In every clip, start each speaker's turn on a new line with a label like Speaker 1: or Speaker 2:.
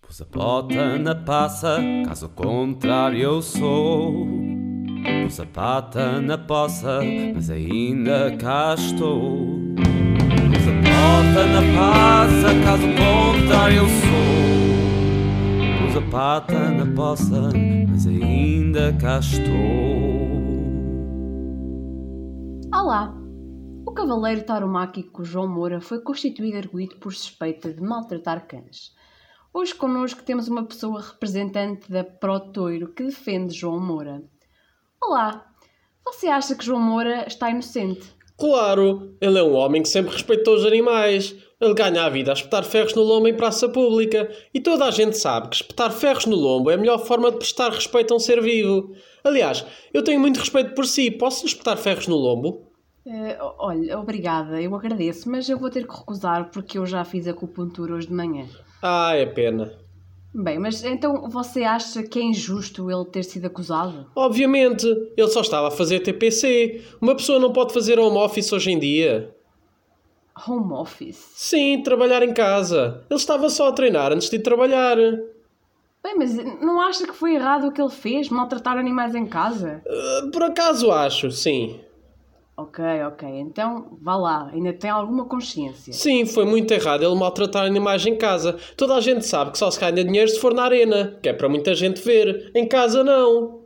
Speaker 1: Pus a bota na passa, caso contrário eu sou. Pus a pata na poça, mas ainda cá estou. Pus a bota na passa, caso contrário eu sou. Pus a pata na poça, mas ainda cá estou.
Speaker 2: Olá! O cavaleiro taromáquico João Moura foi constituído arguído por suspeita de maltratar cães. Hoje connosco temos uma pessoa representante da Protoiro que defende João Moura. Olá! Você acha que João Moura está inocente?
Speaker 3: Claro, ele é um homem que sempre respeitou os animais. Ele ganha a vida a espetar ferros no lombo em praça pública. E toda a gente sabe que espetar ferros no lombo é a melhor forma de prestar respeito a um ser vivo. Aliás, eu tenho muito respeito por si. Posso lhe espetar ferros no lombo?
Speaker 2: Eh, o- olha, obrigada, eu agradeço, mas eu vou ter que recusar porque eu já fiz acupuntura hoje de manhã.
Speaker 3: Ah, é pena.
Speaker 2: Bem, mas então você acha que é injusto ele ter sido acusado?
Speaker 3: Obviamente, ele só estava a fazer TPC. Uma pessoa não pode fazer home office hoje em dia.
Speaker 2: Home office.
Speaker 3: Sim, trabalhar em casa. Ele estava só a treinar antes de ir trabalhar. Ah,
Speaker 2: Bem, mas não acha que foi errado o que ele fez? Maltratar animais em casa?
Speaker 3: Ah, por acaso acho, sim.
Speaker 2: Ok, ok, então vá lá, ainda tem alguma consciência.
Speaker 3: Sim, foi muito errado ele maltratar animais em casa. Toda a gente sabe que só se ganha dinheiro se for na arena, que é para muita gente ver. Em casa não.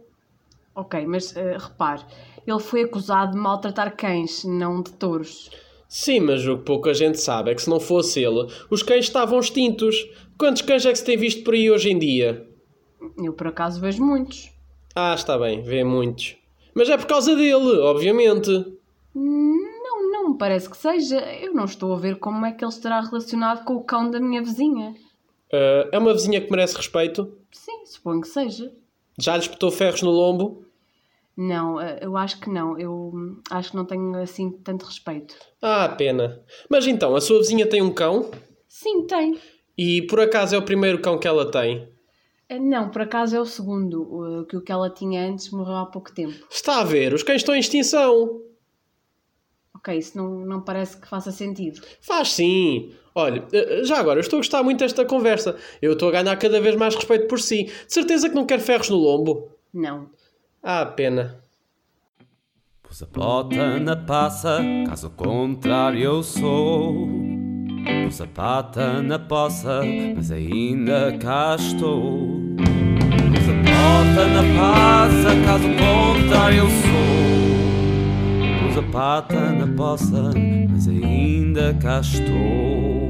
Speaker 2: Ok, mas eh, repare, ele foi acusado de maltratar cães, não de touros.
Speaker 3: Sim, mas o que pouca gente sabe é que se não fosse ele, os cães estavam extintos. Quantos cães é que se tem visto por aí hoje em dia?
Speaker 2: Eu por acaso vejo muitos.
Speaker 3: Ah, está bem, vê muitos. Mas é por causa dele, obviamente.
Speaker 2: Não, não me parece que seja. Eu não estou a ver como é que ele estará relacionado com o cão da minha vizinha.
Speaker 3: Ah, é uma vizinha que merece respeito?
Speaker 2: Sim, suponho que seja.
Speaker 3: Já lhe espetou ferros no lombo?
Speaker 2: Não, eh, eu acho que não. Eu hum, acho que não tenho assim tanto respeito.
Speaker 3: Ah, pena. Mas então, a sua vizinha tem um cão?
Speaker 2: Sim, tem.
Speaker 3: E por acaso é o primeiro cão que ela tem?
Speaker 2: Eh, Não, por acaso é o segundo, o- que o que ela tinha antes morreu há pouco tempo.
Speaker 3: Está a ver, os cães estão em extinção.
Speaker 2: Ok, isso não, não parece que faça sentido.
Speaker 3: Faz sim. Olha, eh, já agora, eu estou a gostar muito desta conversa. Eu estou a ganhar cada vez mais respeito por si. De certeza que não quer ferros no lombo.
Speaker 2: Não.
Speaker 3: Ah, pena.
Speaker 1: Pus a bota na passa, caso contrário eu sou. Pus a pata na poça, mas ainda cá estou. Pus a bota na passa, caso contrário eu sou. Pus a pata na poça, mas ainda cá estou.